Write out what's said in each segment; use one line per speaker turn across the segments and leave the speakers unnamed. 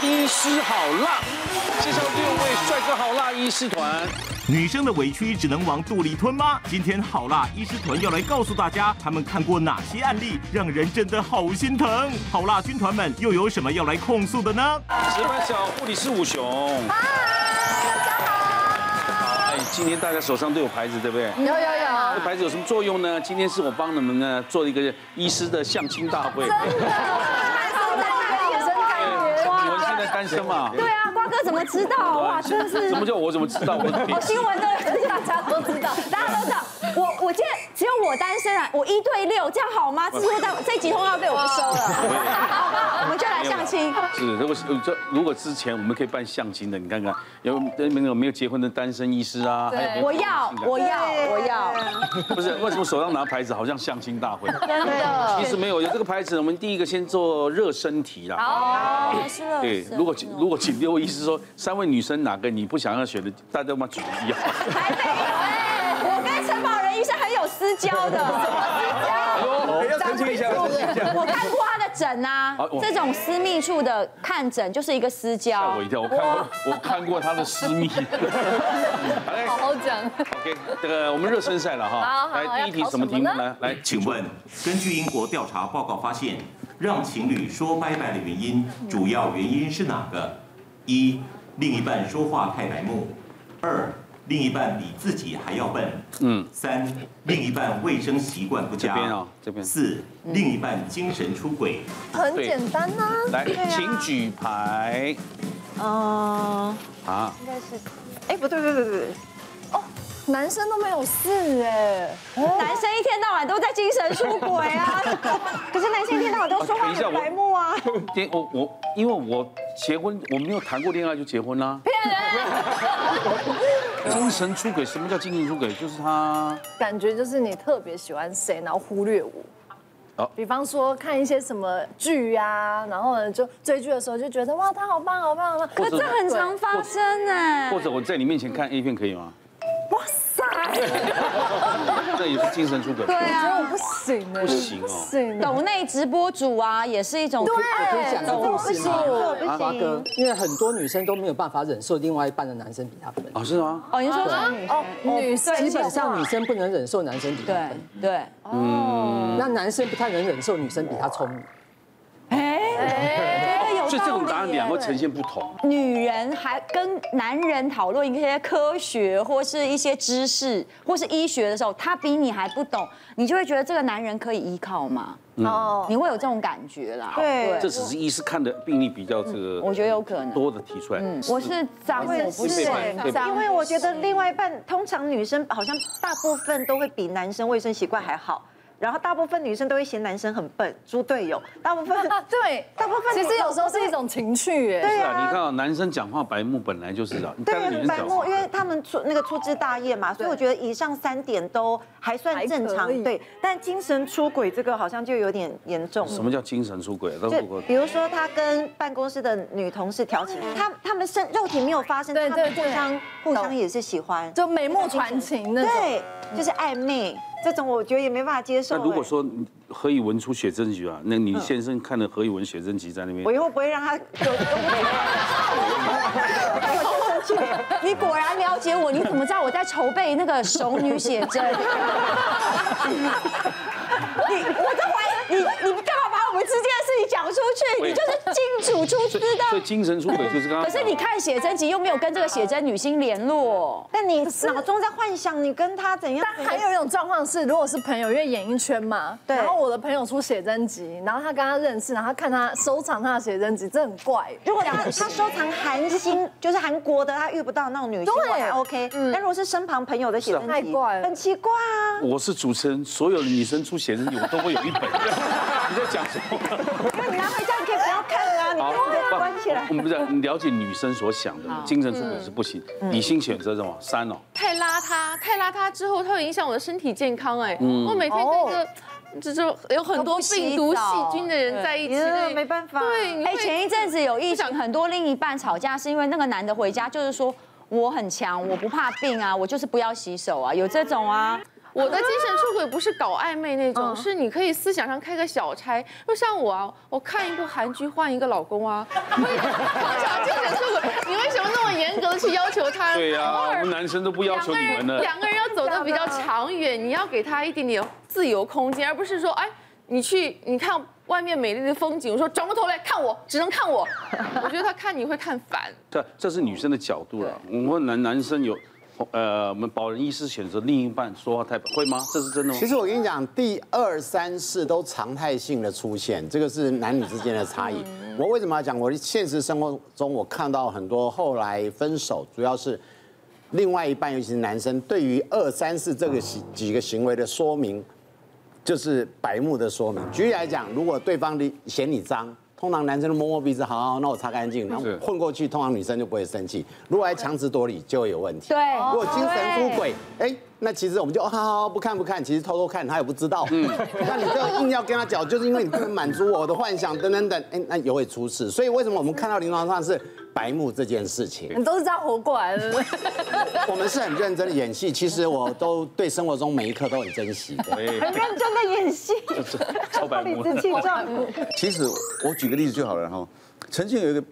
医师好辣，介绍六位帅哥好辣医师团。
女生的委屈只能往肚里吞吗？今天好辣医师团要来告诉大家，他们看过哪些案例，让人真的好心疼。好辣军团们又有什么要来控诉的呢？
值班小护理师武雄。哎，今天大家手上都有牌子，对不对？
有有有，
这牌子有什么作用呢？今天是我帮你们呢做了一个医师的相亲大会。
有真感觉
你们现在单身嘛？
对啊，瓜哥怎么知道？哇，真的是
啊什么叫我怎么知道？我
我新闻都有大家都知道，大家都知道。我我今天只有我单身啊，我一对六，这样好吗？这通单这集通告被我们收了，好吧，我们就来相亲。
是，如果是这如果之前我们可以办相亲的，你看看有没有没有结婚的单身医师啊？还有没有
我要，我要，我要，
不是为什么手上拿牌子好像相亲大会？
真的。
其实没有，有这个牌子，我们第一个先做热身题啦。
好，哦是了。
对，如果请如果请六位医师说三位女生哪个你不想要选的，大家嘛举一啊。
台北有哎，我跟陈宝仁医生很有私交的。
哎
要澄清一下，要澄清一下。
我看过他的诊啊
好我，
这种私密处的看诊就是一个私
吓
交
我。一跳，我看过我看过他的私密。好嘞
好好讲，
，OK，这个我们热身赛了哈
好。好
来，第一题
要考
什么题
什
目
么呢
呢？来，
请问，根据英国调查报告发现，让情侣说拜拜的原因，主要原因是哪个？一，另一半说话太白目；二，另一半比自己还要笨；
嗯，
三，另一半卫生习惯不佳；
这边哦这边
四，另一半精神出轨。
很简单呐、
来
对，啊
请举牌
嗯，
啊。
应该是，哎，不对不对不对，哦，男生都没有事哎，
男生一天到晚都在精神出轨 啊，可是男生一天到晚都说话很白目啊。
今我我因为我结婚，我没有谈过恋爱就结婚啦、
啊
骗人！ 精神出轨，什么叫精神出轨？就是他
感觉就是你特别喜欢谁，然后忽略我。
哦
比方说看一些什么剧啊，然后呢就追剧的时候就觉得哇他好棒好棒好棒，
或者
这很常发生哎
或，者我在你面前看 A 片可以 吗？
哇塞，
这也是精神出轨，
对
觉得我
啊，
不行哎，
不行哦
不行，
抖内直播主啊也是一种
对，
哎这
啊
我
不
不
行
行
吗，
我不
瓜
行。
哥，因为很多女生都没有办法忍受另外一半的男生比她笨，
哦，是吗？
哦，你说
哦，女生
基本上女生不能忍受男生比她
对
笨，
对，
那男生不太能忍受女生比他聪明。
哎，觉得有
所以这种答
道
案
理
两
耶。
会呈现不同。
女人还跟男人讨论一些科学或是一些知识或是医学的时候，他比你还不懂，你就会觉得这个男人可以依靠吗？
嗯
哦，
你会有这种感觉啦。
对
这只是医师看的病例比较这个，
嗯我觉得有可能
多的提出来。嗯，
我是长
我也
我不
是
是
被
哎，因为我觉得另外一半通常女生好像大部分都会比男生卫生习惯还好，然后大部分女生都会嫌男生很笨，猪队友，大部分
啊对，
大部分
其实有时候是一种情趣哎，
对
是啊，你
啊。
看啊，男生讲话白目本来就是啊，你
对，
看到女
很
生
白
讲
目，
话
因，为他们粗那个粗枝大叶嘛，所以我觉得以上三点都还算正常
还可，以
对。但精神出轨这个好像就有点严重了
什。么叫精神出轨？那啊
就
我
比如说，他跟办公室的女同事调情，他他们身肉体没有发生，
对
他们
对
互
对
相互相
懂
也是喜欢，
就眉目传情那种。
对，就是暧昧这种，我觉得也没办法接受。
那如果
哎
说何以文出写真集啊，那你先生看了何以文写真集在那边
我，以后不会让他 有
你果然了解我，你怎么知道我在筹备那个熟女写真？ 你我在怀疑你，你干嘛把我们之间的事情讲出去？
喂
你就是金主出资
所以
的。
精神出轨就是刚刚。
可是你看写真集又没有跟这个写真女星联络，
但你脑中在幻想你跟他怎样？
但还有一种状况是，如果是朋友，因为演艺圈嘛，
对
然后我的朋友出写真集，然后他跟他认识，然后他看他收藏他的写真集，这很怪。
如果他他收藏韩星，就 是韩国的，他遇不到那种女星，
对
我还 OK。但如果是身旁朋友的写真
是啊
集
太嗯怪，了
很奇怪啊。
我是主持人，所有的女生出写真集我都会有一本。你在讲什么？
因为你拿回家，你可以不要看啊，你可以关起来
我。们不是了解女生所想的，精神出轨是不行。理性选择什么？三哦，
太邋遢，太邋遢之后，它会影响我的身体健康。哎，
嗯
我每天跟一个就是有很多病毒
都不洗澡
细菌的人在一起，
对
对
没办法
对，你
哎，
会
前一阵子有疫情，很多另一半吵架是因为那个男
嗯
的回家就是说我很强，我不怕病啊，我就是不要洗手啊，有这种啊。
我的精神出轨不是搞暧昧那种，是你可以思想上开个小差。就像我啊，我看一部韩剧换一个老公啊，我也常常精神出轨。你为什么那么严格的去要求他？
对呀、
偶
我
尔
们男生都不要求你们了。
两个人要走得比较长远，你要给他一点点自由空间，而不是说，哎，你去你看外面美丽的风景，我说转过头来看我，只能看我。我觉得他看你会看烦。
这这是女生的角度了。我们男男生有，呃，我们保人医师选择另一半说话太会吗？这是真的吗
其？实我跟你讲，第二、三次都常态性的出现，这个是男女之间的差异。
嗯
我为什么要讲？我现实生活中我看到很多后来分手，主要是另外一半，尤其是男生，对于二、三、四这个几几个行为的说明，就是白目的说明。举例来讲，如果对方的嫌你脏，通常男生都摸摸鼻子，好好，那我擦干净，然后
是
混过去，通常女生就不会生气。如果还强词夺理，就会有问题。
对，
如
哦
果精神出轨，哎，那其实我们就哦好好好不看不看，其实偷偷看他也不知道。嗯， 那你就硬要跟他讲，就是因为你不能满足我的幻想等等等，哎，那也会出事。所以为什么我们看到临床上是白目这件事情？
你都是这样活过来 的，
我们是很认真的演戏，其实我都对生活中每一刻都很珍惜的。
哎，
很认真的 演戏，
超白
理
目。
直气壮。
哦
其实我举个例子就好了哈。曾经有一个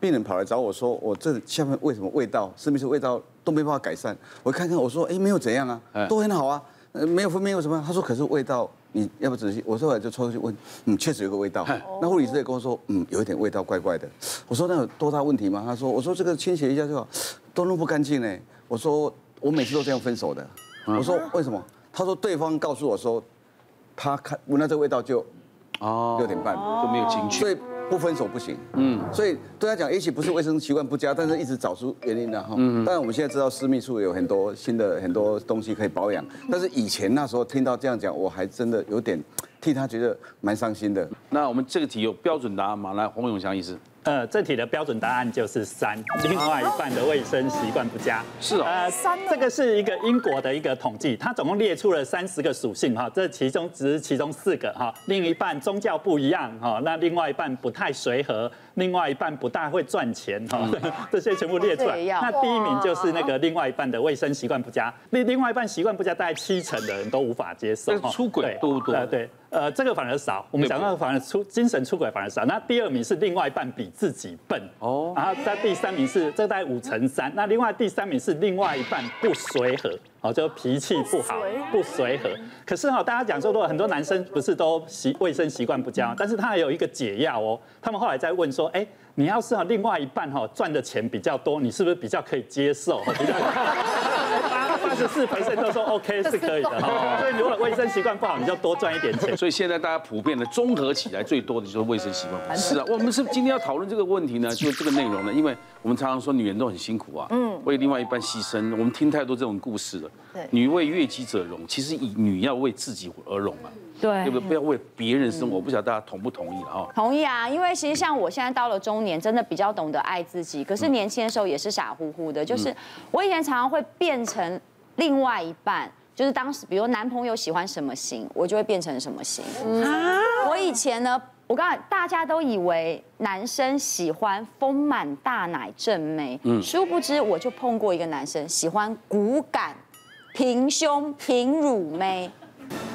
病人跑来找我说，我这下面为什么味道，是不是味道都没办法改善？我看看，我说，哎，没有怎样啊
哎，
都很好啊，呃没有分泌有什么。他说，可是味道。你要不仔细？我说我就抽出去问，嗯，确实有个味道。
哎
那护理师也跟我说，嗯，有一点味道怪怪的。我说那有多大问题吗？他说，我说这个清洗一下就好，都弄不干净呢。我说我每次都这样分手的。我说为什么？他说对方告诉我说，他看闻到这味道就
哦，
六点半
都没有情趣。
所以不分手不行。嗯，所以对他讲，也许不是卫生习惯不佳，但是一直找出原因的哈。嗯，当然我们现在知道私密处有很多新的很多东西可以保养，但是以前那时候听到这样讲，我还真的有点替他觉得蛮伤心的。
那我们这个题有标准答案吗？来，洪永祥医师，
呃，这题的标准答案就是三，另外一半的卫生习惯不佳。
是哦
呃
三呢
这个是一个英国的一个统计，它总共列出了三十个属性哈，这其中只是其中四个哈，另一半宗教不一样哈，那另外一半不太随和，另外一半不大会赚钱哈，这些全部列出
哇
来
这也。要
那第一名就是那个另外一半的卫生习惯不佳，另另外一半习惯不佳，大概七成的人都无法接受
但。是
哈
出轨
对
多不多
呃对。呃，这个反而少，我们讲到反而出精神出轨反而少。那第二名是另外一半比自己笨
哦
哦，然后在第三名是这大概五乘三，那另外第三名是另外一半不随和，哦，就脾气不好，不随和。可是哈、大家讲说，如果很多男生不是都习卫生习惯不佳，但是他还有一个解药哦。他们后来在问说，哎，你要是啊另外一半哈、赚的钱比较多，你是不是比较可以接受？比较八八十四 p 都说 OK 是可以的哈，所以如果卫生习惯不好，你就多赚一点钱。
所以现在大家普遍的综合起来最多的就是卫生习 惯。是啊，我们是今天要讨论这个问题呢，就是这个内容呢，因为我们常常说女人都很辛苦啊，嗯，为另外一半牺牲，我们听太多这种故事了。对，女为悦己者容，其实以女要为自己而容啊，
对
对不对？不要为别人
嗯
生活，我不晓得大家同不同意了
哦
啊。
同意啊，因为其实像我现在到了中年，真的比较懂得爱自己。可是年轻的时候也是傻乎乎的，就是我以前常常会变成另外一半，就是当时比如男朋友喜欢什么型，我就会变成什么型。我以前呢，我告诉你，大家都以为男生喜欢丰满大奶正妹，殊不知我就碰过一个男生喜欢骨感、平胸、平乳妹。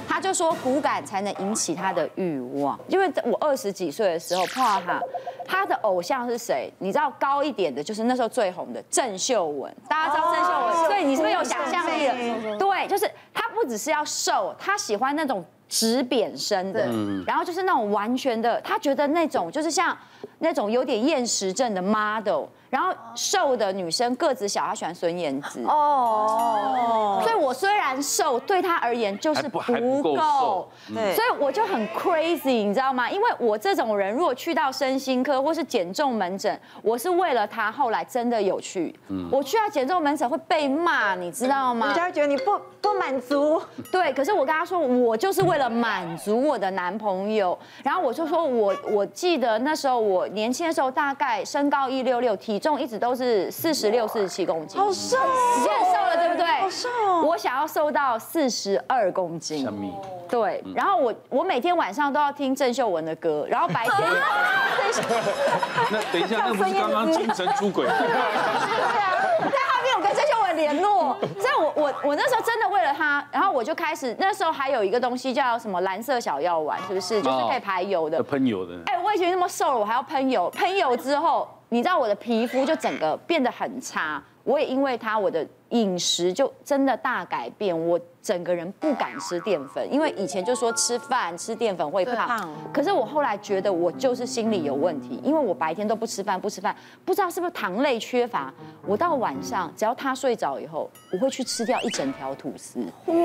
他就说骨感才能引起他的欲望，因为我二十几岁的时候碰到他，他的偶像是谁？你知道高一点的，就是那时候最红的郑秀文，大家知道郑秀文，所以你是不是有想象力了？对，就是他不只是要瘦，他喜欢那种直扁身的，然后就是那种完全的，他觉得那种就是像那种有点厌食症的 model，然后瘦的女生个子小，她喜欢孙燕姿哦，所以我虽然瘦，对她而言就是
还不
不
还不够
够
瘦，
对
所以我就很 crazy，你知道吗？因为我这种人，如果去到身心科或是减重门诊，我是为了他后来真的有去，
嗯
我去到减重门诊会被骂，你知道吗？
人家会觉得你不不满足，
哦
对，可是我跟他说，我就是为了满足我的男朋友。然后我就说我，我记得那时候我年轻的时候，大概身高一六六，体重一直都是四十六、四十七公斤，
好瘦哦，
你现在很瘦了，对不对？
好瘦哦
我想要瘦到四十二公斤
小。米，
对，然后我我每天晚上都要听郑秀文的歌，然后 白 天
那等一下，那不是刚刚精神出轨？
对啊，但他没有跟郑秀文联络。所以我我我那时候真的为了他，然后我就开始那时候还有一个东西叫什么蓝色小药丸，是不是？就是可以排油的。
喷油的。
哎，我以前那么瘦了，我还要喷油，喷油之后，你知道我的皮肤就整个变得很差。我也因为它，我的饮食就真的大改变，我整个人不敢吃淀粉，因为以前就说吃饭吃淀粉会胖，可是我后来觉得我就是心理有问题，因为我白天都不吃饭不吃饭，不知道是不是糖类缺乏，我到晚上只要他睡着以后，我会去吃掉一整条吐司，
哇，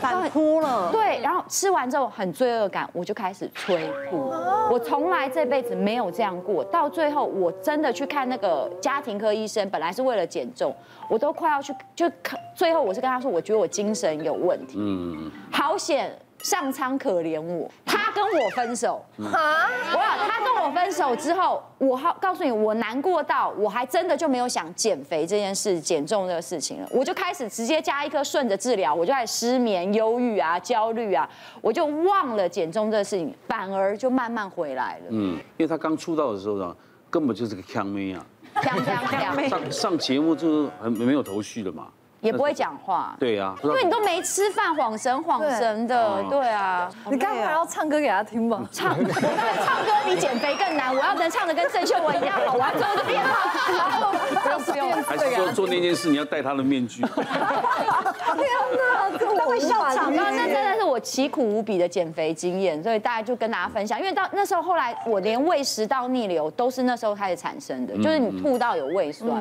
反扑了，
对，然后吃完之后很罪恶感，我就开始催吐，我从来这辈子没有这样过，到最后我真的去看那个家庭科医生，本来是为为了减重，我都快要去就看，最后我是跟他说，我觉得我精神有问题。嗯，好险，上苍可怜我，他跟我分手。啊！我他跟我分手之后，我好告诉你，我难过到我还真的就没有想减肥这件事、减重这个事情了，我就开始直接加一颗顺着治疗，我就开始失眠、忧郁啊、焦虑啊，我就忘了减重这个事情，反而就慢慢回来 了。
嗯，因为他刚出道的时候呢，根本就是个强妹啊。上上节目就是很没有头绪的嘛，
也不会讲话。
对呀、啊，
因为你都没吃饭，晃神晃神的，对啊。
你干嘛要唱歌给他听 吧？
唱，我当然唱歌比减肥更难。我要能唱的跟郑秀文一样好，我要做个变
化，不用还是
啊
说做那件事，你要戴他的面具。啊
天哪，这我
会笑场。
那真的是我奇苦无比的减肥经验，所以大家就跟大家分享。因为到那时候，后来我连胃食道逆流都是那时候开始产生的，就是你吐到有胃酸。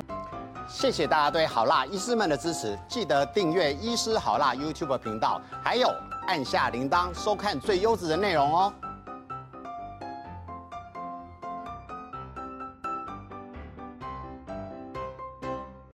谢谢大家对好辣医师们的支持，记得订阅医师好辣 YouTube 频道，还有按下铃铛收看最优质的内容哦。